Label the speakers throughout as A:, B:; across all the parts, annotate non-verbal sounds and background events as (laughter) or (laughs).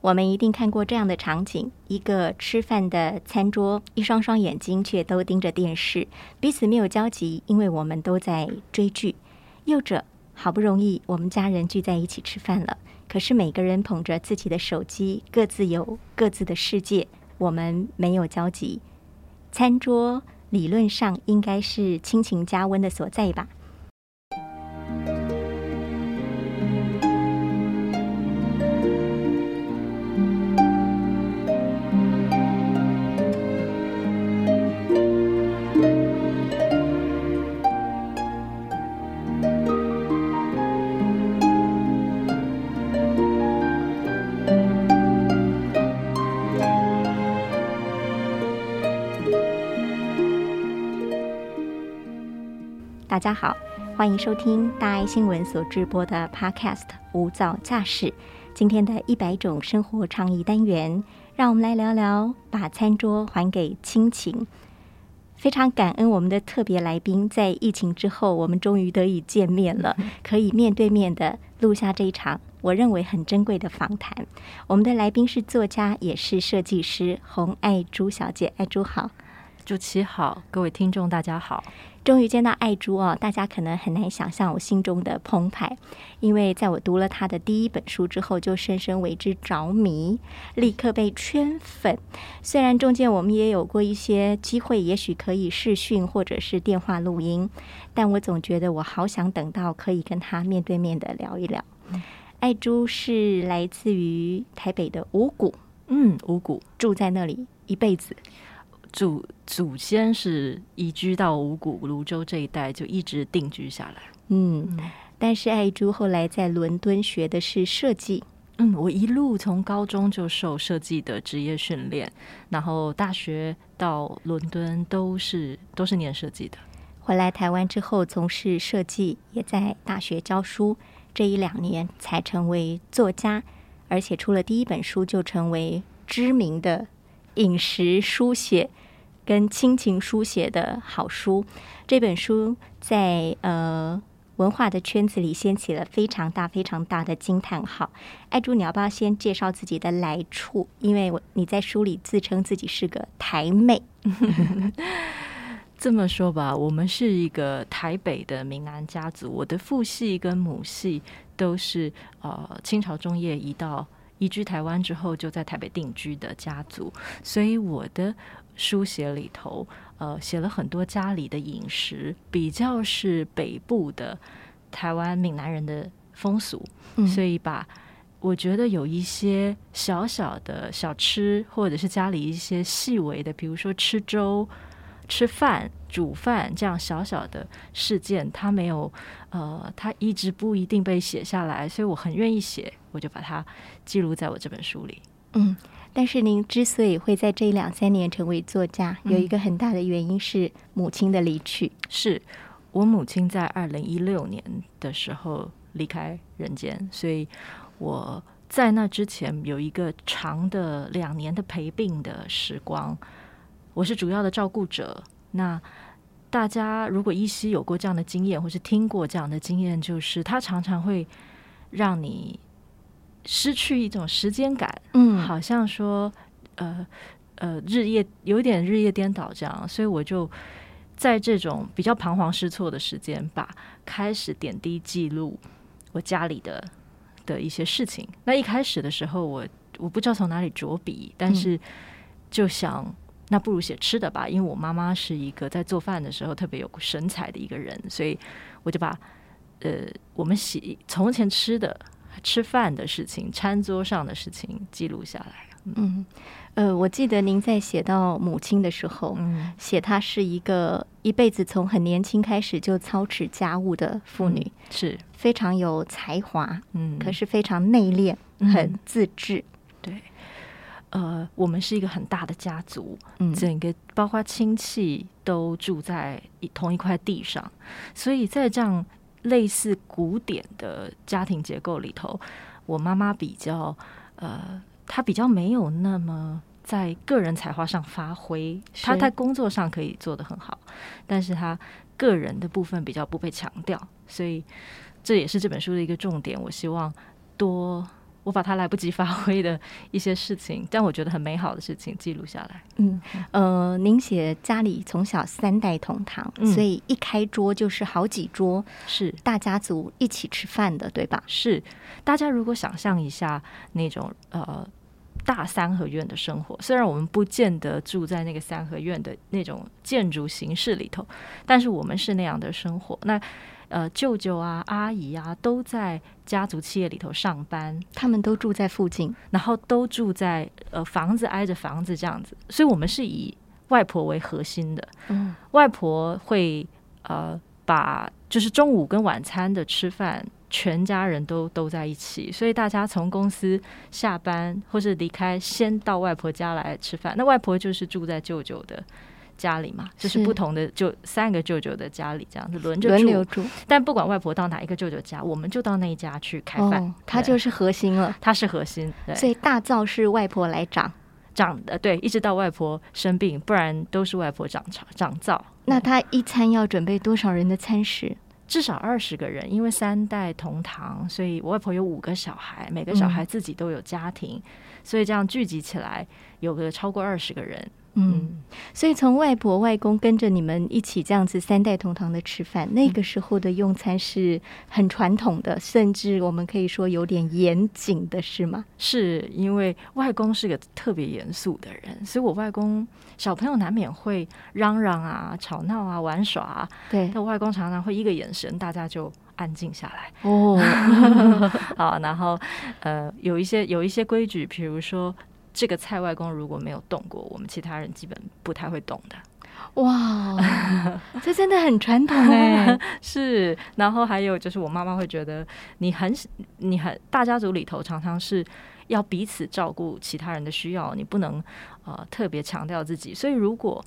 A: 我们一定看过这样的场景：一个吃饭的餐桌，一双双眼睛却都盯着电视，彼此没有交集，因为我们都在追剧。又者，好不容易我们家人聚在一起吃饭了，可是每个人捧着自己的手机，各自有各自的世界，我们没有交集。餐桌理论上应该是亲情加温的所在吧？大家好，欢迎收听大爱新闻所直播的 Podcast《无噪驾驶》。今天的一百种生活倡议单元，让我们来聊聊把餐桌还给亲情。非常感恩我们的特别来宾，在疫情之后，我们终于得以见面了，可以面对面的录下这一场我认为很珍贵的访谈。我们的来宾是作家，也是设计师洪爱珠小姐，爱珠好。
B: 主持好，各位听众大家好。
A: 终于见到爱珠哦，大家可能很难想象我心中的澎湃，因为在我读了她的第一本书之后，就深深为之着迷，立刻被圈粉。虽然中间我们也有过一些机会，也许可以视讯或者是电话录音，但我总觉得我好想等到可以跟她面对面的聊一聊。爱珠是来自于台北的五谷，
B: 嗯，五谷
A: 住在那里一辈子。
B: 祖祖先是移居到五谷、泸州这一带，就一直定居下来。
A: 嗯，但是爱珠后来在伦敦学的是设计，
B: 嗯，我一路从高中就受设计的职业训练，然后大学到伦敦都是都是念设计的。
A: 回来台湾之后从事设计，也在大学教书，这一两年才成为作家，而且出了第一本书就成为知名的饮食书写跟亲情书写的好书。这本书在呃文化的圈子里掀起了非常大、非常大的惊叹号。爱珠，你要不要先介绍自己的来处？因为我你在书里自称自己是个台妹，
B: 这么说吧，我们是一个台北的闽南家族，我的父系跟母系都是呃清朝中叶移到移居台湾之后就在台北定居的家族，所以我的书写里头呃写了很多家里的饮食，比较是北部的台湾闽南人的风俗，
A: 嗯
B: 所以把我觉得有一些小小的小吃，或者是家里一些细微的，比如说吃粥、吃饭、煮饭这样小小的事件，它没有呃，它一直不一定被写下来，所以我很愿意写，我就把它记录在我这本书里。
A: 嗯，但是您之所以会在这两三年成为作家，有一个很大的原因是母亲的离去。
B: 是我母亲在二零一六年的时候离开人间，所以我在那之前有一个长的两年的陪病的时光，我是主要的照顾者。那大家如果依稀有过这样的经验，或是听过这样的经验，就是它常常会让你失去一种时间感，
A: 嗯
B: 好像说，呃呃，日夜有点日夜颠倒这样，所以我就在这种比较彷徨失措的时间，把开始点滴记录我家里的的一些事情。那一开始的时候我，我不知道从哪里着笔，但是就想。那不如写吃的吧，因为我妈妈是一个在做饭的时候特别有神采的一个人，所以我就把呃我们喜从前吃的、吃饭的事情、餐桌上的事情记录下来。
A: 嗯，呃，我记得您在写到母亲的时候，
B: 嗯，
A: 写她是一个一辈子从很年轻开始就操持家务的妇女，
B: 是，
A: 非常有才华，
B: 嗯，
A: 可是非常内敛，
B: 嗯
A: 很自制。
B: 对呃，我们是一个很大的家族，
A: 嗯
B: 整个包括亲戚都住在一同一块地上，所以在这样类似古典的家庭结构里头，我妈妈比较呃，她比较没有那么在个人才华上发挥，
A: 是
B: 她在工作上可以做得很好，但是她个人的部分比较不被强调，所以这也是这本书的一个重点。我希望多。我把她来不及发挥的一些事情，但我觉得很美好的事情记录下来。
A: 嗯，呃，您写家里从小三代同堂，
B: 嗯
A: 所以一开桌就是好几桌
B: 是
A: 大家族一起吃饭的，对吧？
B: 是，大家如果想象一下那种呃大三合院的生活，虽然我们不见得住在那个三合院的那种建筑形式里头，但是我们是那样的生活。那呃，舅舅啊、阿姨啊，都在家族企业里头上班，
A: 他们都住在附近，
B: 然后都住在呃房子挨着房子这样子，所以我们是以外婆为核心的。
A: 嗯，
B: 外婆会呃把就是中午跟晚餐的吃饭，全家人都都在一起，所以大家从公司下班或是离开，先到外婆家来吃饭。那外婆就是住在舅舅的。家里嘛，就是
A: 是
B: 不同的舅三个舅舅的家里这样子轮着
A: 轮
B: 住
A: 流住，
B: 但不管外婆到哪一个舅舅家，我们就到那一家去开饭。
A: 哦，他
B: 对
A: 就是核心了。
B: 他是核心，对，
A: 所以大灶是外婆来长，
B: 长的对，一直到外婆生病，不然都是外婆长长长灶。
A: 那他一餐要准备多少人的餐食？
B: 至少二十个人，因为三代同堂，所以我外婆有五个小孩，每个小孩自己都有家庭，所以这样聚集起来有个超过二十个人。
A: 嗯，所以从外婆、外公跟着你们一起这样子三代同堂的吃饭，那
B: 嗯
A: 个时候的用餐是很传统的，甚至我们可以说有点严谨的，是吗？
B: 是因为外公是个特别严肃的人，所以我外公小朋友难免会嚷嚷啊、吵闹啊、玩耍啊，
A: 对
B: 但，我外公常常会一个眼神，大家就安静下
A: (laughs)
B: 来。
A: 哦，
B: 好，然后呃，有一些有一些规矩，比如说这个菜外公如果没有动过，我们其他人基本不太会动的。 (laughs)
A: 哇，这真的很传统哎、
B: 是，然后还有就是我妈妈会觉得你很你很大家族里头常常是。要彼此照顾其他人的需要，你不能呃特别强调自己。所以，如果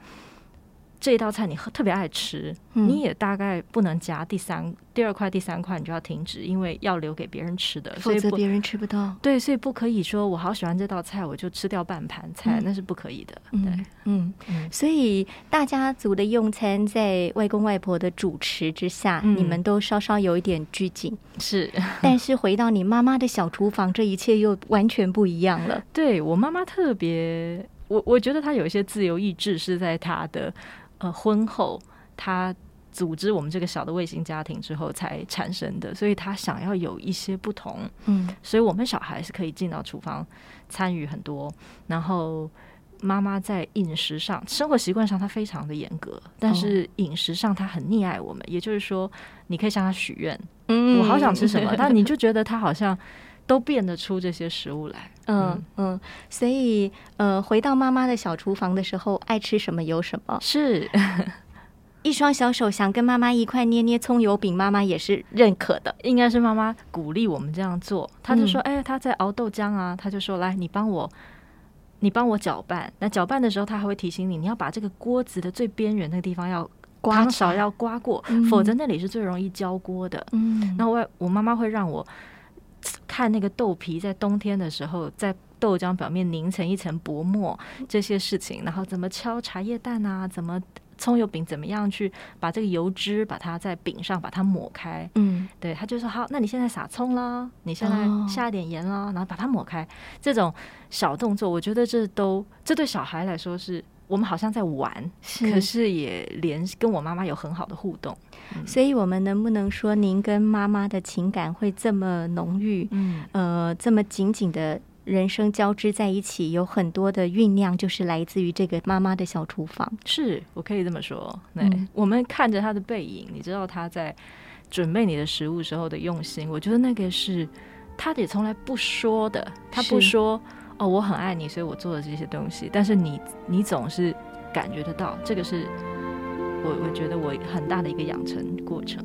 B: 这一道菜你特别爱吃，
A: 嗯
B: 你也大概不能夹第三、第二块、第三块，你就要停止，因为要留给别人吃的。所
A: 否
B: 以
A: 则
B: 不
A: 别人吃不到。
B: 对，所以不可以说我好喜欢这道菜，我就吃掉半盘菜，
A: 嗯
B: 那是不可以的。
A: 嗯嗯
B: 嗯，
A: 所以大家族的用餐在外公外婆的主持之下，
B: 嗯
A: 你们都稍稍有一点拘
B: (laughs)
A: 谨，
B: 对，是
A: 但是回到你妈妈的小厨房，这一切又完全不一样了。
B: 对我妈妈特别，我我觉得她有一些自由意志是在她的呃婚后，她组织我们这个小的卫星家庭之后才产生的，所以她想要有一些不同，
A: 嗯，
B: 所以我们小孩是可以进到厨房参与很多，然后。妈妈在饮食上、生活习惯上，她非常的严格，但是饮食上她很溺爱我们。也就是说，你可以向她许愿，
A: 嗯
B: 我好想吃
A: (laughs)
B: 什么，但你就觉得他好像都变得出这些食物来。
A: 嗯嗯，所以呃，回到妈妈的小厨房的时候，爱吃什么有什么。
B: 是，
A: 一双小手想跟妈妈一块捏捏葱油饼，妈妈也是认可的。
B: 呃应该是妈妈鼓励我们这样做。她就说：“
A: 嗯
B: 哎、她在熬豆浆啊。”她就说：“来，你帮我，你帮我搅拌。”那搅拌的时候，她还会提醒你，你要把这个锅子的最边缘那个地方要
A: 刮
B: 汤勺要刮过，
A: 嗯
B: 否则那里是最容易焦锅的。
A: 嗯，
B: 那我我妈妈会让我看那个豆皮在冬天的时候在豆浆表面凝成一层薄沫
A: 嗯
B: 这些事情，然后怎么敲茶叶蛋啊，怎么葱油饼怎么样去把这个油脂把它在饼上把它抹开。
A: 嗯，
B: 对，她就说好，那你现在撒葱啦，你现在
A: 哦
B: 下一点盐啦，然后把它抹开。这种小动作，我觉得这都这对小孩来说是我们好像在玩，
A: 是
B: 可是也连跟我妈妈有很好的互动。
A: 所以我们能不能说，您跟妈妈的情感会这么浓郁？
B: 嗯，
A: 呃，这么紧紧的人生交织在一起，有很多的酝酿，就是来自于这个妈妈的小厨房。
B: 是我可以这么说。对，
A: 嗯
B: 我们看着他的背影，你知道他在准备你的食物时候的用心，我觉得那个是他也从来不说的，他不
A: 是
B: 说哦，我很爱你，所以我做了这些东西，但是你你总是感觉得到，这个是我我觉得我很大的一个养成过程。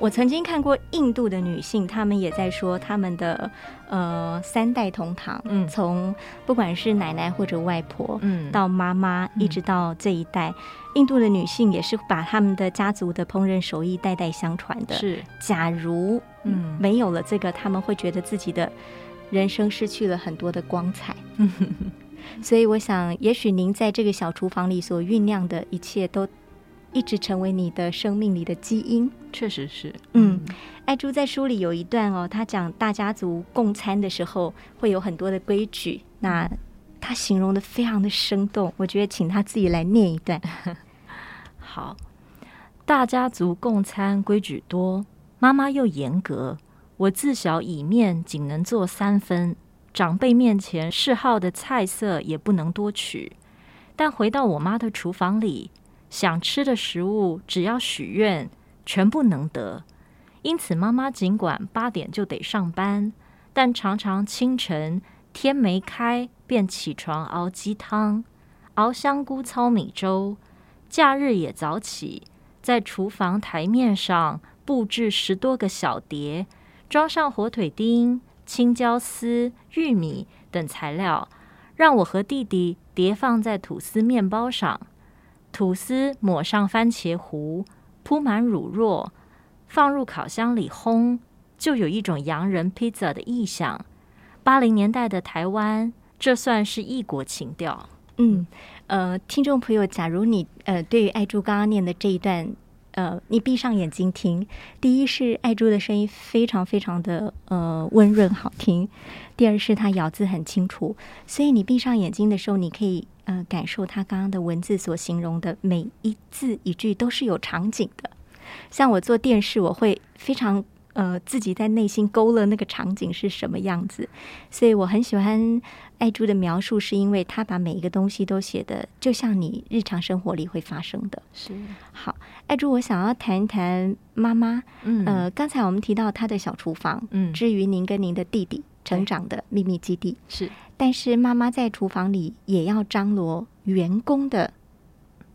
A: 我曾经看过印度的女性，她们也在说她们的呃三代同堂，
B: 嗯
A: 从不管是奶奶或者外婆，
B: 嗯
A: 到妈妈，一直到这一代，印度的女性也是把她们的家族的烹饪手艺代代相传的。
B: 是
A: 假如
B: 嗯
A: 没有了这个，他们会觉得自己的人生失去了很多的光彩。所以我想，也许您在这个小厨房里所酝酿的一切，都一直成为你的生命里的基因。
B: 确实是
A: 嗯，爱珠在书里有一段哦，她讲大家族共餐的时候会有很多的规矩，那她形容的非常的生动，我觉得请她自己来念一段。
B: 好，大家族共餐规矩多，妈妈又严格。我自小以面仅能做三分，长辈面前嗜好的菜色也不能多取。但回到我妈的厨房里，想吃的食物只要许愿，全部能得。因此，妈妈尽管八点就得上班，但常常清晨天没开便起床熬鸡汤，熬香菇糙米粥。假日也早起，在厨房台面上布置十多个小碟，装上火腿丁、青椒丝、玉米等材料，让我和弟弟叠放在吐司面包上。吐司抹上番茄糊，铺满乳酪，放入烤箱里烘，就有一种洋人 pizza 的意象。八零年代的台湾，这算是异国情调。
A: 嗯，呃，听众朋友，假如你呃对于爱珠刚刚念的这一段，呃，你闭上眼睛听，第一是爱珠的声音非常非常的呃温润好听，第二是她咬字很清楚，所以你闭上眼睛的时候，你可以呃感受她刚刚的文字所形容的每一字一句都是有场景的。像我做电视，我会非常呃自己在内心勾勒那个场景是什么样子，所以我很喜欢爱珠的描述，是因为她把每一个东西都写的就像你日常生活里会发生的。
B: 是，
A: 好，爱珠，我想要谈一谈妈妈。
B: 嗯
A: 呃，刚才我们提到她的小厨房，
B: 嗯，
A: 至于您跟您的弟弟成长的秘密基地，
B: 是
A: 但是妈妈在厨房里也要张罗员工的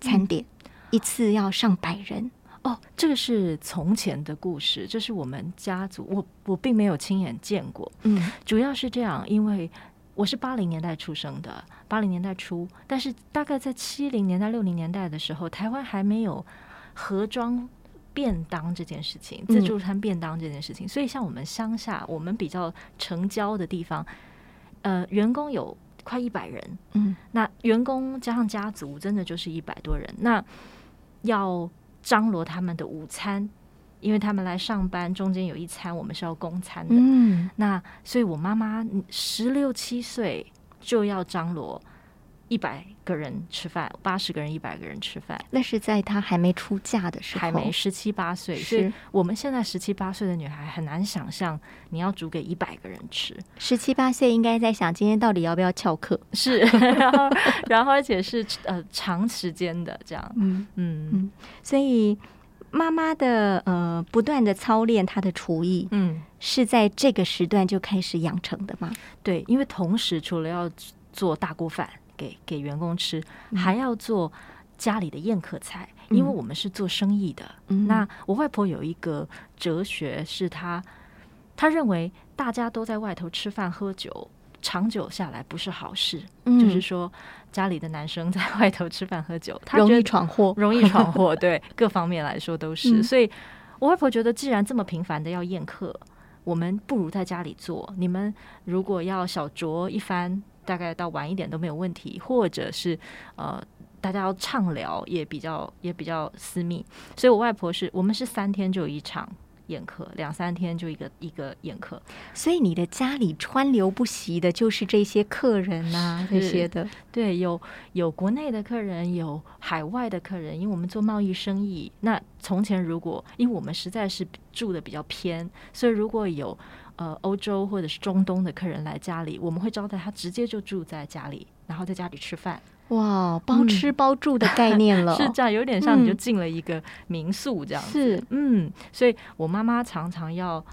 A: 餐点，一次要上百人。
B: 哦，这个是从前的故事，这是我们家族，我我并没有亲眼见过。
A: 嗯
B: 主要是这样，因为我是八零年代出生的，八零年代初，但是大概在七零年代、六零年代的时候，台湾还没有盒装。便当这件事情，自助餐便当这件事情，所以像我们乡下，我们比较城郊的地方，呃，员工有快一百人，
A: 嗯
B: 那员工加上家族，真的就是一百多人。那要张罗他们的午餐，因为他们来上班，中间有一餐我们是要供餐的。
A: 嗯
B: 那所以，我妈妈十六七岁就要张罗一百个人吃饭，八十个人、一百个人吃饭，
A: 那是在她还没出嫁的时候，
B: 还没十七八岁。所以
A: 是
B: 我们现在十七八岁的女孩很难想象你要煮给一百个人吃。
A: 十七八岁，应该在想今天到底要不要翘课。 (laughs)
B: 是，然后然后而且是呃长时间的这样，
A: 嗯，
B: 嗯
A: 所以妈妈的呃不断的操练她的厨艺，
B: 嗯。
A: 是在这个时段就开始养成的吗？
B: 对，因为同时除了要做大锅饭给给员工吃，
A: 嗯
B: 还要做家里的宴客菜，因为
A: 嗯
B: 我们是做生意的。
A: 嗯
B: 那我外婆有一个哲学，是她她认为大家都在外头吃饭喝酒。长久下来不是好事，
A: 嗯
B: 就是说家里的男生在外头吃饭喝酒，他
A: 容
B: 觉
A: 易
B: 得
A: 闯祸。
B: 容易闯祸， (laughs) 对各方面来说都是。
A: 嗯
B: 所以我外婆觉得，既然这么频繁的要宴客，我们不如在家里做。你们如果要小酌一番，大概到晚一点都没有问题，或者是呃。大家要畅聊也比较也比较私密，所以我外婆是我们是三天就有一场宴客，两三天就一个一个宴客，
A: 所以你的家里川流不息的就是这些客人呐、这
B: 是
A: 些的。
B: 对，有有国内的客人，有海外的客人，因为我们做贸易生意。那从前如果因为我们实在是住的比较偏，所以如果有呃欧洲或者是中东的客人来家里，我们会招待他直接就住在家里，然后在家里吃饭，
A: 哇，包吃包住的概念 (laughs) 了，
B: 是这样，有点像你就
A: 嗯
B: 进了一个民宿这样子。
A: 是
B: 嗯，所以我妈妈常常要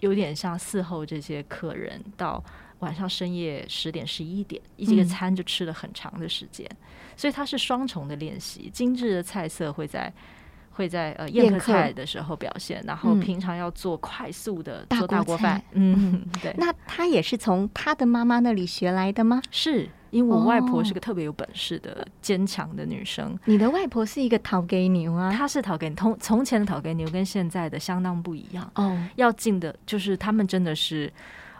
B: 有点像伺候这些客人到晚上深夜十点十一点，一这个
A: 嗯
B: 餐就吃了很长的时间，所以它是双重的练习，精致的菜色会在会在呃
A: 宴
B: 宴客
A: 客
B: 菜的时候表现，然后
A: 嗯
B: 平常要做快速的
A: 大
B: 做大
A: 锅
B: 锅
A: 菜
B: 饭，嗯，对，
A: 那他也是从他的妈妈那里学来的吗？
B: 是因为我外婆
A: 哦
B: 是个特别有本事的坚强的女生，
A: 你的外婆是一个陶给牛啊？
B: 她是陶给从从前的陶给牛跟现在的相当不一样，
A: 哦，
B: 要进的就是他们真的是，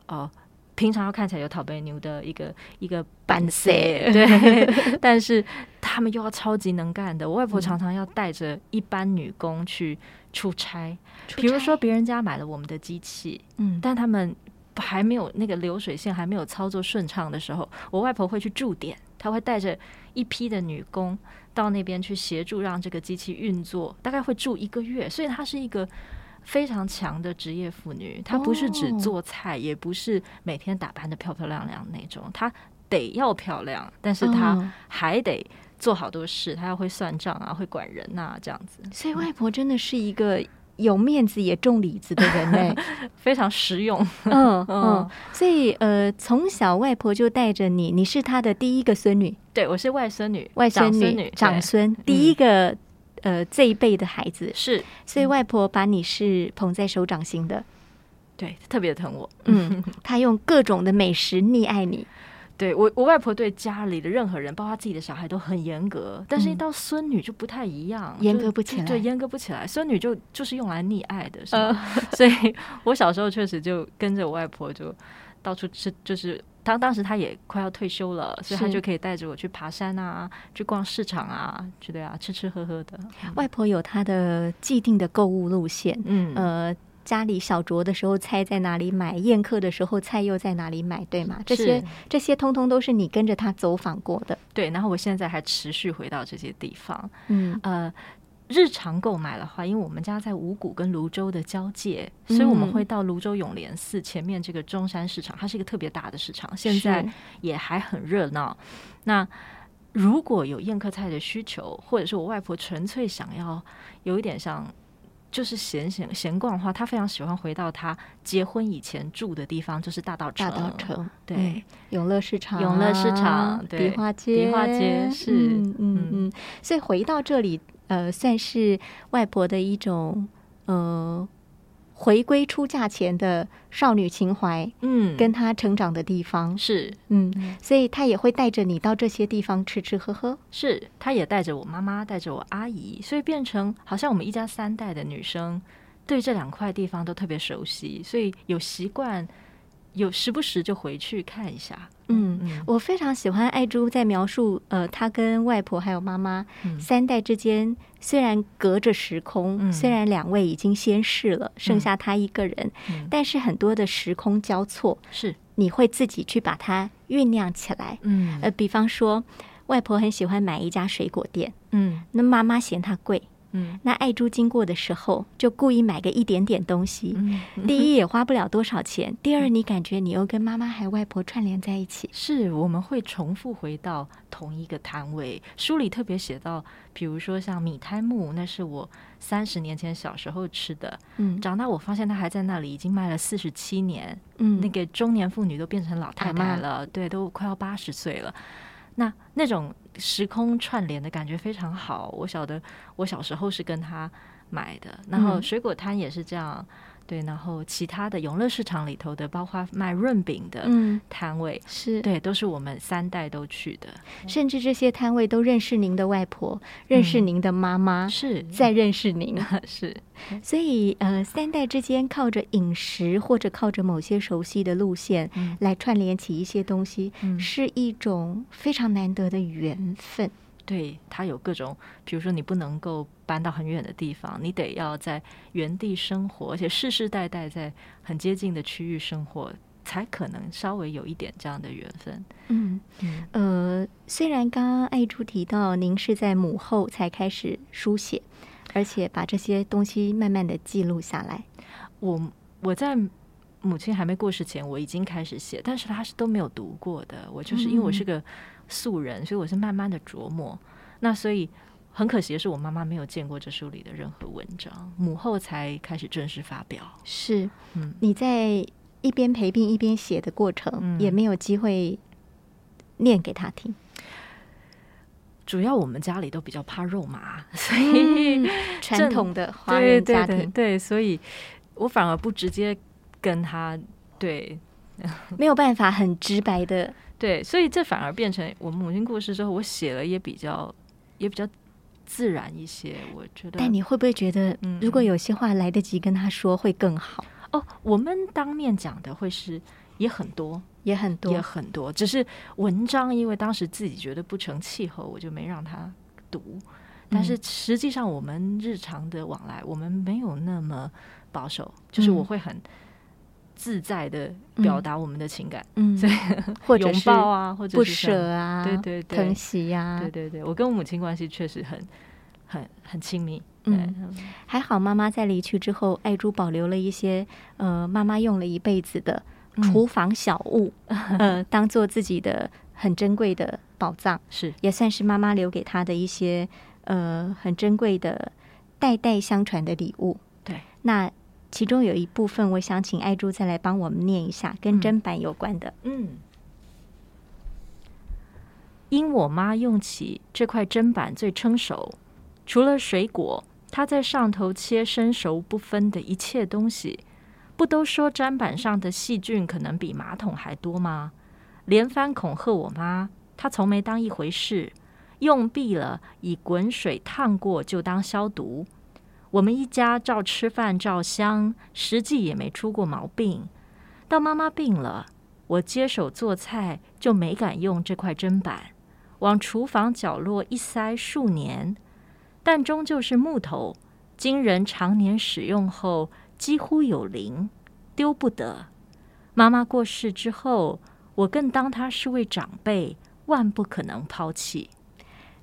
B: 呃，平常要看起来有讨贝牛的一个一个
A: 扮
B: 色，对， (laughs) 但是他们又要超级能干的。我外婆常常要带着一般女工去出差，比如说，别人家买了我们的机器，
A: 嗯，
B: 但他们还没有那个流水线还没有操作顺畅的时候，我外婆会去驻点，她会带着一批的女工到那边去协助让这个机器运作，大概会住一个月，所以她是一个。非常强的职业妇女，她不是只
A: 哦
B: 做菜，也不是每天打扮的漂漂亮亮那种，她得要漂亮，但是她
A: 哦
B: 还得做好多事，她要会算账啊，会管人呐、这样子
A: 所以外婆真的是一个有面子也重里子的人 (laughs) 呢。
B: 非常实用。
A: (laughs) 嗯嗯
B: 嗯，
A: 所以呃，从小外婆就带着你，你是她的第一个孙女、
B: 对我是外孙女，
A: 外孙
B: 长孙
A: 女嗯
B: 女、
A: 长
B: 对
A: 孙，第一个、呃这一辈的孩子，
B: 是
A: 所以外婆把你是捧在手掌心的。
B: 对，特别疼我。
A: 嗯，她用各种的美食溺爱你。
B: 对我，我外婆对家里的任何人，包括她自己的小孩，都很严格。但是，一
A: 嗯
B: 到孙女就不太一样，
A: 严
B: 就
A: 格不
B: 就
A: 起来
B: 对，严格不起来。孙女就就是用来溺爱的，是吧？
A: 呃
B: (laughs) 所以我小时候确实就跟着我外婆就到处吃，就是她当时她也快要退休了，所以她
A: 是
B: 就可以带着我去爬山啊，去逛市场啊，去对啊，吃吃喝喝的。
A: 外婆有她的既定的购物路线，
B: 嗯，
A: 呃。家里小酌的时候菜在哪里买，宴客的时候菜又在哪里买，对吗？这
B: 是
A: 些这些通通都是你跟着她走访过的。
B: 对。然后我现在还持续回到这些地方，
A: 嗯，
B: 呃，日常购买的话，因为我们家在五股跟泸州的交界，
A: 嗯
B: 所以我们会到泸州永联寺前面这个中山市场，它是一个特别大的市场，现在
A: 是
B: 也还很热闹。那如果有宴客菜的需求，或者是我外婆纯粹想要有一点像。就是闲闲闲逛的话，她非常喜欢回到她结婚以前住的地方，就是大道城。
A: 大稻城，
B: 对
A: 嗯永乐市场啊，
B: 永乐市场对
A: 迪化街，
B: 迪化街是
A: 嗯嗯
B: 嗯
A: 嗯。所以回到这里，呃，算是外婆的一种呃回归出嫁前的少女情怀，
B: 嗯，
A: 跟她成长的地方，
B: 是
A: 嗯，所以她也会带着你到这些地方吃吃喝喝，
B: 是，她也带着我妈妈，带着我阿姨，所以变成好像我们一家三代的女生，对这两块地方都特别熟悉，所以有习惯，有时不时就回去看一下。
A: 嗯
B: 嗯
A: 我非常喜欢爱珠在描述，呃，她跟外婆还有妈妈、
B: 嗯
A: 三代之间，虽然隔着时空，
B: 嗯
A: 虽然两位已经先逝了，剩下她一个人，
B: 嗯
A: 但是很多的时空交错，
B: 是，
A: 你会自己去把它酝酿起来。
B: 嗯
A: 呃，比方说，外婆很喜欢买一家水果店，
B: 嗯
A: 那妈妈嫌它贵，
B: 嗯
A: 那爱珠经过的时候就故意买个一点点东西。
B: 嗯，
A: 第一也花不了多少钱，第二你感觉你又跟妈妈还有外婆串联在一起，
B: 是我们会重复回到同一个摊位。书里特别写到，比如说像米苔木，那是我三十年前小时候吃的，
A: 嗯
B: 长大我发现它还在那里，已经卖了四十七年。
A: 嗯
B: 那个中年妇女都变成老太
A: 阿
B: 太
A: 嬷
B: 了，对，都快要八十岁了。那那种时空串联的感觉非常好。我晓得我小时候是跟她买的，然后
A: 嗯
B: 水果摊也是这样，对，然后其他的永乐市场里头的，包括卖润饼的
A: 嗯
B: 摊位，
A: 是，
B: 对，都是我们三代都去的，
A: 甚至这些摊位都认识您的外婆，认识您的妈妈，
B: 嗯是
A: 再认识您，
B: (laughs) 是
A: 所以呃，三代之间靠着饮食或者靠着某些熟悉的路线、
B: 嗯
A: 来串联起一些东西，
B: 嗯
A: 是一种非常难得的缘分。
B: 对，它有各种，比如说你不能够搬到很远的地方，你得要在原地生活，而且世世代代在很接近的区域生活，才可能稍微有一点这样的缘分。
A: 嗯，
B: 嗯
A: 呃，虽然刚刚爱珠提到您是在母后才开始书写，而且把这些东西慢慢的记录下来。
B: 我我在母亲还没过世前，我已经开始写，但是她是都没有读过的。我就是因为我是个素人，所以我是慢慢的琢磨。那所以很可惜的是，我妈妈没有见过这书里的任何文章，母后才开始正式发表。
A: 是
B: 嗯，
A: 你在一边陪病一边写的过程，
B: 嗯
A: 也没有机会念给他听。
B: 主要我们家里都比较怕肉麻，所以、
A: 嗯传统的华
B: 对
A: 人
B: 对
A: 家
B: 对
A: 庭
B: 对，所以我反而不直接跟他对
A: 没有办法很直白的，
B: 对，所以这反而变成我母亲故事之后，我写了也比较也比较自然一些，我觉得。
A: 但你会不会觉得
B: 嗯，
A: 如果有些话来得及跟他说，会更好？
B: 哦，我们当面讲的会是也很多，
A: 也很多
B: 也，很多，只是文章因为当时自己觉得不成气候，我就没让他读。但
A: 嗯
B: 是实际上我们日常的往来，我们没有那么保守，就是
A: 嗯
B: 我会很自在的表达我们的情感，
A: 嗯
B: 所以，
A: 或者
B: 拥
A: 是
B: 抱啊，或者
A: 不
B: 是像
A: 舍啊，
B: 对对对
A: 疼惜啊呀、
B: 对对对，我跟我母亲关系确实很很很亲密。对
A: 嗯，还好妈妈在离去之后，爱珠保留了一些呃，妈妈用了一辈子的
B: 嗯
A: 厨房小
B: (laughs)
A: 物，呃，当做自己的很珍贵的宝藏，
B: 是
A: 也算是妈妈留给她的一些呃很珍贵的代代相传的礼物。
B: 对，
A: 那其中有一部分，我想请爱珠再来帮我们念一下跟
B: 嗯
A: 砧板有关的。
B: 嗯，因我妈用起这块砧板最称手，除了水果，她在上头切生熟不分的一切东西。不都说砧板上的细菌可能比马桶还多吗？连番恐吓我妈，她从没当一回事，用毕了以滚水烫过就当消毒。我们一家照吃饭照香，实际也没出过毛病。到妈妈病了，我接手做菜就没敢用这块砧板，往厨房角落一塞数年，但终究是木头，经人常年使用后几乎有灵，丢不得。妈妈过世之后，我更当她是位长辈，万不可能抛弃。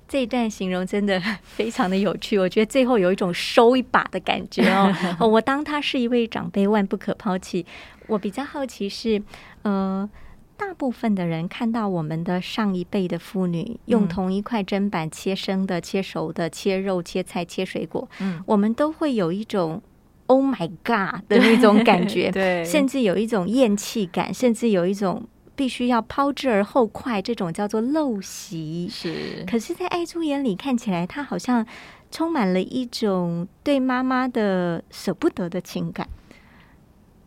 A: 这一段形容真的非常的有趣，我觉得最后有一种收一把的感觉哦。哦我当他是一位长辈，万不可抛弃。我比较好奇是，呃，大部分的人看到我们的上一辈的妇女用
B: 嗯
A: 同一块砧板切生的、切熟的、切肉、切菜、切水果，
B: (laughs) 嗯，
A: 我们都会有一种 “Oh my God” 的那种感觉，
B: (laughs) 对
A: 甚至有一种厌弃感，甚至有一种必须要抛之而后快，这种叫做陋习。
B: 是
A: 可是，在爱珠眼里看起来，她好像充满了一种对妈妈的舍不得的情感。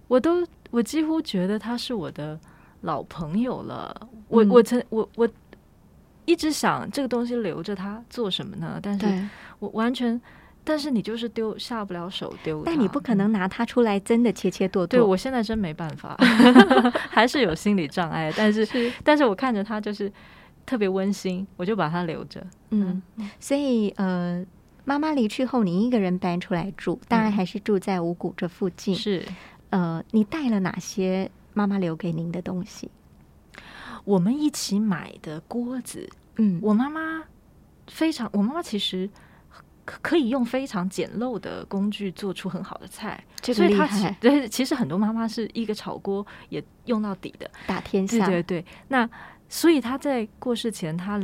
B: 我都我几乎觉得他是我的老朋友了。我、
A: 嗯
B: 我曾我我一直想这个东西留着它做什么呢？但是，我完全，但是你就是丢下不了手丢它，
A: 但你不可能拿它出来真的切切剁
B: 对
A: 剁。
B: 我现在真没办 (laughs) 法，还是有心理障碍。但是
A: 是，
B: 但是我看着它就是特别温馨，我就把它留着。
A: 嗯，所以呃，妈妈离去后，你一个人搬出来住，当然
B: 嗯
A: 还是住在五谷这附近。
B: 是
A: 呃，你带了哪些妈妈留给您的东西？
B: 我们一起买的锅子，
A: 嗯，
B: 我妈妈非常，我妈妈其实可可以用非常简陋的工具做出很好的菜，
A: 这
B: 所
A: 个
B: 以
A: 厉
B: 她其
A: 害，
B: 对，其实很多妈妈是一个炒锅也用到底的，
A: 打天
B: 对
A: 下。
B: 对对。那所以她在过世前，她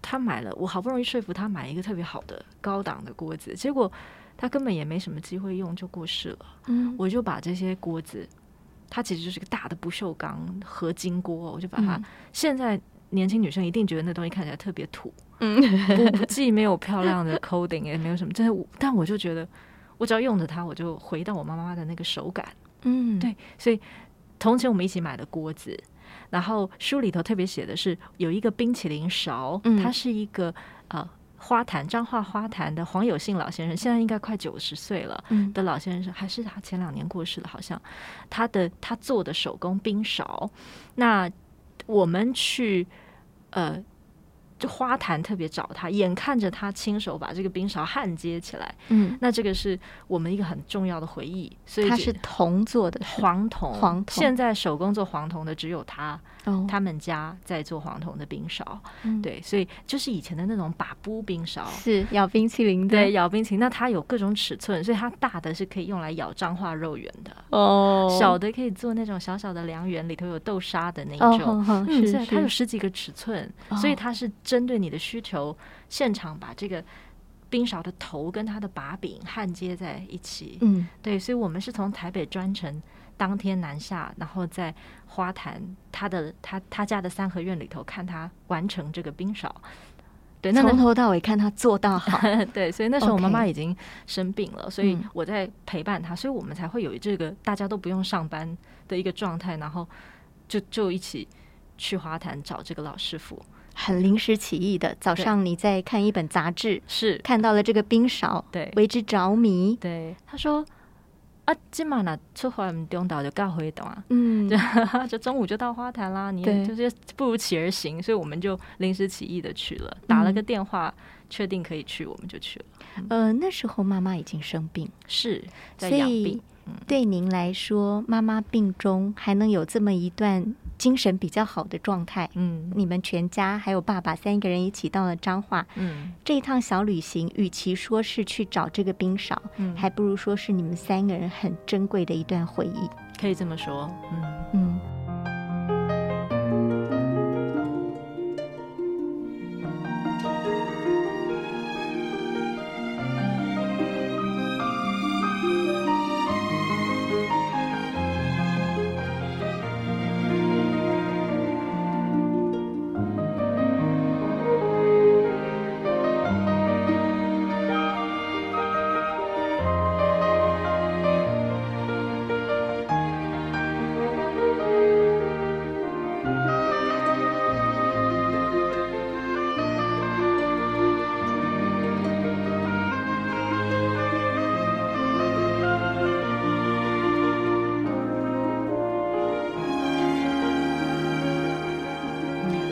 B: 她买了，我好不容易说服她买一个特别好的高档的锅子，结果她根本也没什么机会用，就过世了。
A: 嗯，
B: 我就把这些锅子，它其实就是个大的不锈钢合金锅，我就把它、
A: 嗯
B: 现在。年轻女生一定觉得那东西看起来特别土， (laughs)
A: 嗯，
B: 不既没有漂亮的 coding，也没有什么，真的我。但我就觉得，我只要用着它，我就回到我妈妈的那个手感。
A: 嗯，
B: 对，所以同前我们一起买的锅子，然后书里头特别写的是有一个冰淇淋勺，
A: 嗯
B: 它是一个呃花坛彰化花坛的黄有信老先生，现在应该快九十岁了。
A: 嗯，
B: 的老先生还是他前两年过世了，好像他的他做的手工冰勺，那我们去呃就花坛特别找他，眼看着他亲手把这个冰勺焊接起来，
A: 嗯，
B: 那这个是我们一个很重要的回忆，所以
A: 它
B: 这
A: 是铜做的，是吗
B: 黄铜，
A: 黄铜
B: 现在手工做黄铜的只有他，
A: 哦，
B: 他们家在做黄铜的冰勺，
A: 嗯
B: 对，所以就是以前的那种把布冰勺。
A: 是咬冰淇淋的，
B: 对，咬冰淇淋，那它有各种尺寸，所以它大的是可以用来咬彰化肉圆的，
A: 哦
B: 小的可以做那种小小的凉圆，里头有豆沙的那
A: 哦，
B: 一
A: 哼
B: 种。
A: 哼
B: 嗯，
A: 是
B: 对，它有
A: 是，
B: 十几个尺寸，
A: 哦
B: 所以它是针对你的需求，现场把这个冰勺的头跟它的把柄焊接在一起。
A: 嗯，
B: 对，所以我们是从台北专程当天南下，然后在花坛他的他他家的三合院里头看他完成这个冰勺。对，那
A: 从头到尾看他做到
B: (laughs)
A: 好，
B: 对，所以那时候我
A: OK
B: 妈妈已经生病了所以
A: 嗯
B: 我在陪伴她，所以我们才会有这个大家都不用上班的一个状态，然后就就一起去花坛找这个老师傅。
A: 很临时起意的。早上你在看一本杂志，
B: 是，
A: 看到了这个冰勺，
B: 对
A: 为之着迷。
B: 对，他说啊，今晚呢出花唔中岛就告回懂啊。 (laughs)
A: 嗯，
B: 就中午就到花坛啦，你
A: 对
B: 也就是不如起而行，所以我们就临时起意的去了，
A: 嗯
B: 打了个电话，确定可以去，我们就去了。
A: 呃，那时候妈妈已经生病，
B: 是在
A: 所
B: 养
A: 以
B: 病，嗯
A: 对您来说，妈妈病中还能有这么一段精神比较好的状态。
B: 嗯
A: 你们全家还有爸爸三个人一起到了彰化，
B: 嗯
A: 这一趟小旅行，与其说是去找这个冰勺，
B: 嗯，
A: 还不如说是你们三个人很珍贵的一段回忆。
B: 可以这么说，嗯，
A: 嗯。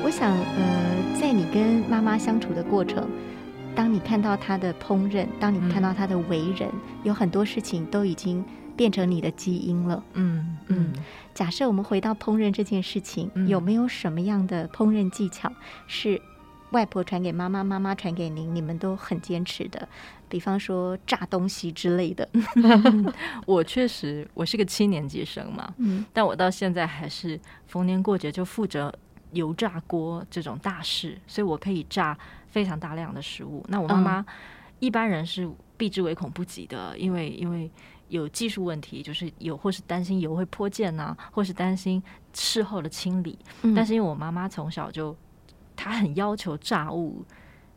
A: 我想，呃，在你跟妈妈相处的过程，当你看到她的烹饪，当你
B: 嗯
A: 看到她的为人，有很多事情都已经变成你的基因了。
B: 嗯嗯，
A: 假设我们回到烹饪这件事情，
B: 嗯
A: 有没有什么样的烹饪技巧是外婆传给妈妈，妈妈传给您，你们都很坚持的？比方说炸东西之类的。
B: 我确实我是个七年级生嘛，
A: (laughs) 嗯
B: 但我到现在还是逢年过节就负责油炸锅这种大事，所以我可以炸非常大量的食物。那我妈妈一般人是避之唯恐不及的，因为因为有技术问题，就是有或是担心油会泼溅呐、或是担心事后的清理。
A: 嗯
B: 但是因为我妈妈从小就她很要求炸物。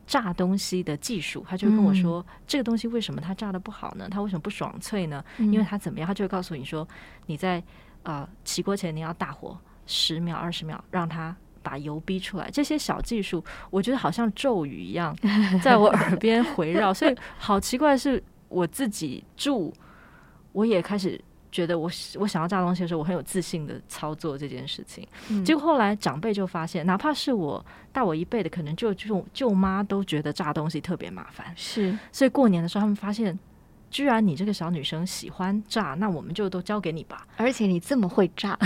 B: 炸东西的技术，她就会跟我说：“这个东西为什么它炸的不好呢？它为什么不爽脆呢？因为
A: 嗯
B: 它怎么样，它就会告诉你说，你在呃起锅前你要大火十秒、二十秒，让它把油逼出来。这些小技术，我觉得好像咒语一样，在我耳边回绕。所以好奇怪，是我自己住，我也开始觉得我我想要炸东西的时候，我很有自信的操作这件事情。
A: 嗯
B: 结果后来长辈就发现，哪怕是我大我一辈的，可能就舅舅妈都觉得炸东西特别麻烦。
A: 是
B: 所以过年的时候，他们发现，居然你这个小女生喜欢炸，那我们就都交给你
A: (laughs)
B: 吧。
A: 而且你这么会炸，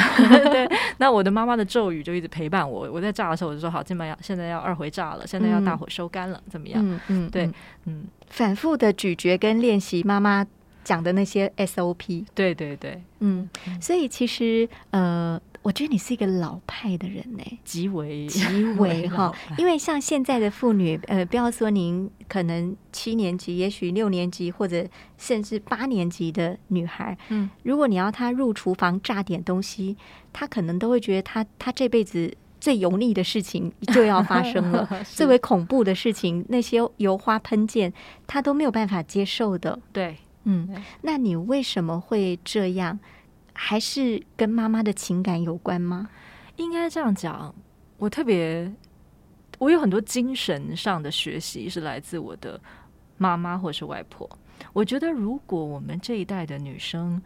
B: 对，那我的妈妈的咒语就一直陪伴我。我在炸的时候，我就说好，今晚要现在要二回炸了，现在要大火收干了，怎么样？
A: 嗯嗯
B: 对嗯，
A: 反复的咀嚼跟练习妈妈讲的那些 SOP。
B: 对对对，
A: 嗯，所以其实呃，我觉得你是一个老派的人呢、
B: 极为
A: 极 (laughs) 为哈
B: 老，
A: 因为像现在的妇女，呃，不要说您可能七年级，也许六年级或者甚至八年级的女孩，
B: 嗯，
A: 如果你要她入厨房炸点东西，她可能都会觉得她她这辈子最油腻的事情就要发生了，最为恐怖的事情，那些油花喷溅，她都没有办法接受的。
B: (laughs) 对。
A: 嗯
B: 对，
A: 那你为什么会这样？还是跟妈妈的情感有关吗？
B: 应该这样讲，我特别，我有很多精神上的学习是来自我的妈妈或是外婆。我觉得，如果我们这一代的女生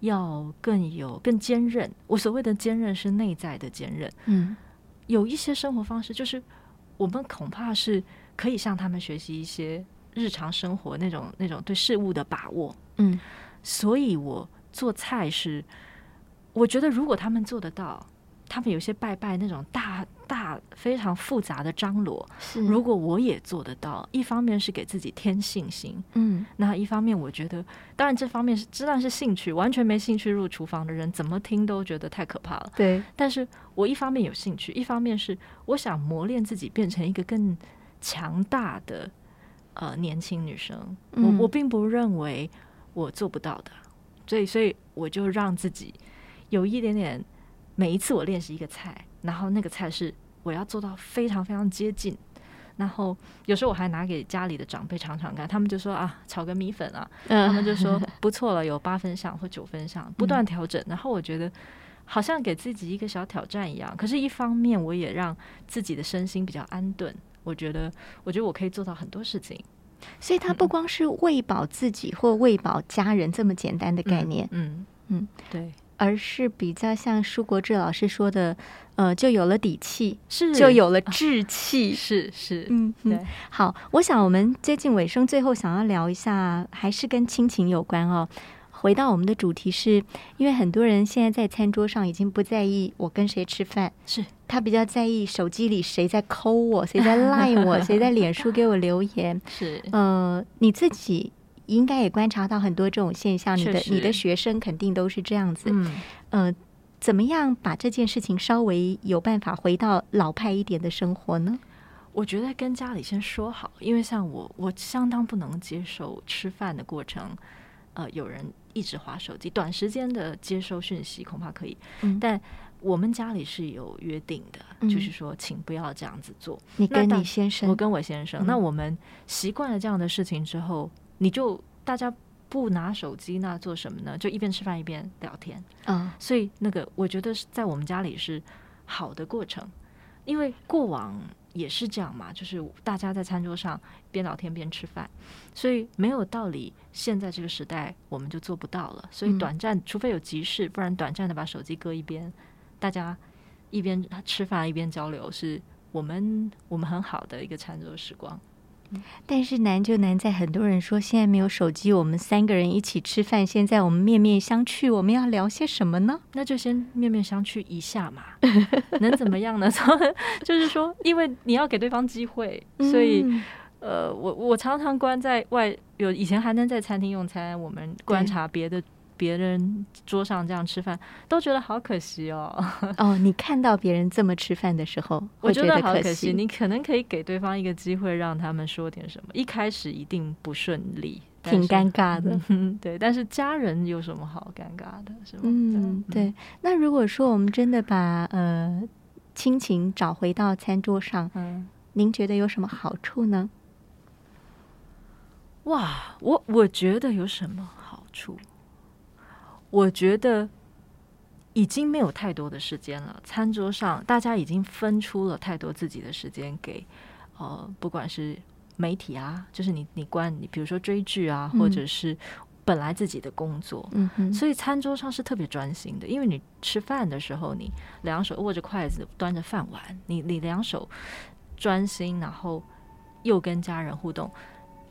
B: 要更有、更坚韧，我所谓的坚韧是内在的坚韧，
A: 嗯
B: 有一些生活方式，就是我们恐怕是可以向他们学习一些日常生活那种那种对事物的把握。
A: 嗯
B: 所以我做菜是，我觉得如果他们做得到，他们有些拜拜那种大大非常复杂的张罗，
A: 是
B: 如果我也做得到，一方面是给自己添信心，
A: 嗯
B: 那一方面我觉得，当然这方面是真的是兴趣，完全没兴趣入厨房的人，怎么听都觉得太可怕了。
A: 对
B: 但是我一方面有兴趣，一方面是我想磨练自己，变成一个更强大的呃年轻女生。
A: 嗯
B: 我我并不认为我做不到的，所以所以我就让自己有一点点，每一次我练习一个菜，然后那个菜是我要做到非常非常接近，然后有时候我还拿给家里的长辈尝尝看，他们就说啊，炒个米粉啊，
A: 嗯
B: 他们就说不错了，有八
A: (laughs)
B: 分像或九分像，不断调整。然后我觉得好像给自己一个小挑战一样，可是，一方面我也让自己的身心比较安顿。我觉得，我觉得我可以做到很多事情。
A: 所以它不光是喂饱自己或喂饱家人这么简单的概念，
B: 嗯
A: 嗯，
B: 对，
A: 而是比较像舒国志老师说的，呃，就有了底气，
B: 是
A: 就有了志气。
B: 嗯是是，
A: 嗯，嗯
B: 对，
A: 好，我想我们接近尾声，最后想要聊一下，还是跟亲情有关哦。回到我们的主题是，因为很多人现在在餐桌上已经不在意我跟谁吃饭，
B: 是
A: 他比较在意手机里谁在抠我，谁
B: (laughs)
A: 在赖我，谁在脸书给我留言。
B: 是，
A: 呃，你自己应该也观察到很多这种现象，你的
B: 确实
A: 你的学生肯定都是这样子。
B: 嗯。
A: 呃，怎么样把这件事情稍微有办法回到老派一点的生活呢？
B: 我觉得跟家里先说好，因为像我，我相当不能接受吃饭的过程，呃，有人一直划手机，短时间的接收讯息恐怕可以，
A: 嗯
B: 但我们家里是有约定的，
A: 嗯
B: 就是说，请不要这样子做。
A: 你
B: 那
A: 跟
B: 当
A: 你先
B: 我
A: 生，
B: 跟我先生，
A: 嗯
B: 那我们习惯了这样的事情之后，你就大家不拿手机，那做什么呢？就一边吃饭一边聊天。
A: 啊、
B: 所以那个我觉得是在我们家里是好的过程，因为过往也是这样嘛，就是大家在餐桌上边聊天边吃饭，所以没有道理现在这个时代我们就做不到了。所以
A: 嗯
B: 短暂，除非有急事，不然短暂的把手机搁一边，大家一边吃饭一边交流，是我们我们很好的一个餐桌时光。
A: 但是难就难在很多人说现在没有手机，我们三个人一起吃饭，现在我们面面相觑，我们要聊些什么呢？
B: 那就先面面相觑一下 (laughs) 嘛，能怎么样呢？ (laughs) 就是说，因为你要给对方机会，所以、
A: (laughs) 嗯
B: 呃，我我常常关在外，有以前还能在餐厅用餐，我们观察别的别人桌上这样吃饭，都觉得好可惜哦。 (laughs)
A: 哦，你看到别人这么吃饭的时候，
B: 我
A: 会
B: 觉
A: 得
B: 好可
A: 可
B: 惜，你可能可以给对方一个机会，让他们说点什么。一开始一定不顺利，但
A: 挺
B: 是 (laughs)
A: 尴尬的。
B: 嗯对，但是家人有什么好尴尬的，是吗？
A: 嗯，对。那如果说我们真的把呃亲情找回到餐桌上，
B: 嗯。
A: 您觉得有什么好处呢？
B: 哇，我我觉得有什么好处？我觉得已经没有太多的时间了，餐桌上大家已经分出了太多自己的时间给，呃，不管是媒体啊，就是你你关你，比如说追剧啊，
A: 嗯
B: 或者是本来自己的工作，
A: 嗯哼，
B: 所以餐桌上是特别专心的，因为你吃饭的时候，你两手握着筷子，端着饭碗，你你两手专心，然后又跟家人互动，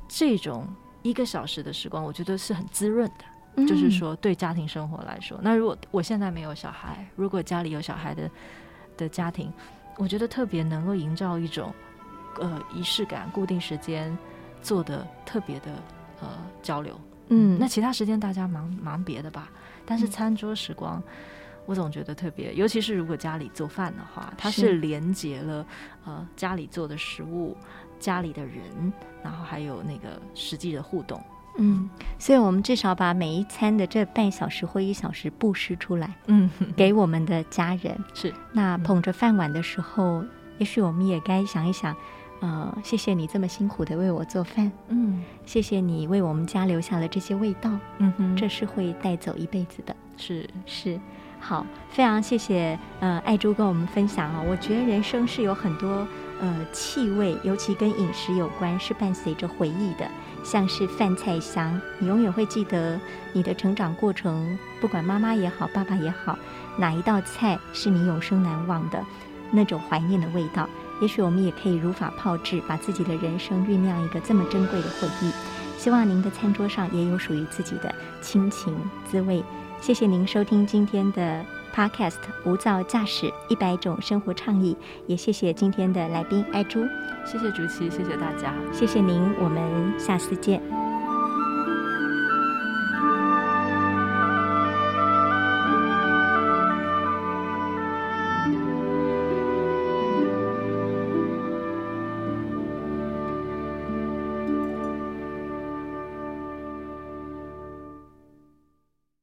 B: 这种一个小时的时光，我觉得是很滋润的。
A: 以
B: 就是，说，对家庭生活来说，那如果我现在没有小孩，如果家里有小孩的的家庭，我觉得特别能够营造一种呃仪式感，固定时间做的特别的呃交流。
A: 嗯，
B: 那其他时间大家忙忙别的吧，但是
A: 嗯
B: 餐桌时光，我总觉得特别，尤其是如果家里做饭的话，它
A: 是
B: 是连接了呃家里做的食物、家里的人，然后还有那个实际的互动。
A: 嗯，所以我们至少把每一餐的这半小时或一小时布施出来，
B: 嗯，
A: 给我们的家人。
B: 是
A: 那捧着饭碗的时候，也许我们也该想一想，呃，谢谢你这么辛苦的为我做饭，
B: 嗯
A: 谢谢你为我们家留下了这些味道，
B: 嗯哼，
A: 这是会带走一辈子的。
B: 是
A: 是，好，非常谢谢呃爱珠跟我们分享啊、我觉得人生是有很多呃气味，尤其跟饮食有关，是伴随着回忆的，像是饭菜香，你永远会记得你的成长过程，不管妈妈也好，爸爸也好，哪一道菜是你永生难忘的那种怀念的味道。也许我们也可以如法炮制，把自己的人生酝酿一个这么珍贵的回忆。希望您的餐桌上也有属于自己的亲情滋味。谢谢您收听今天的 Podcast《无噪驾驶一百种生活倡议》，也谢谢今天的来宾爱珠，
B: 谢谢竹琪，谢谢大家。
A: 谢谢您，我们下次见，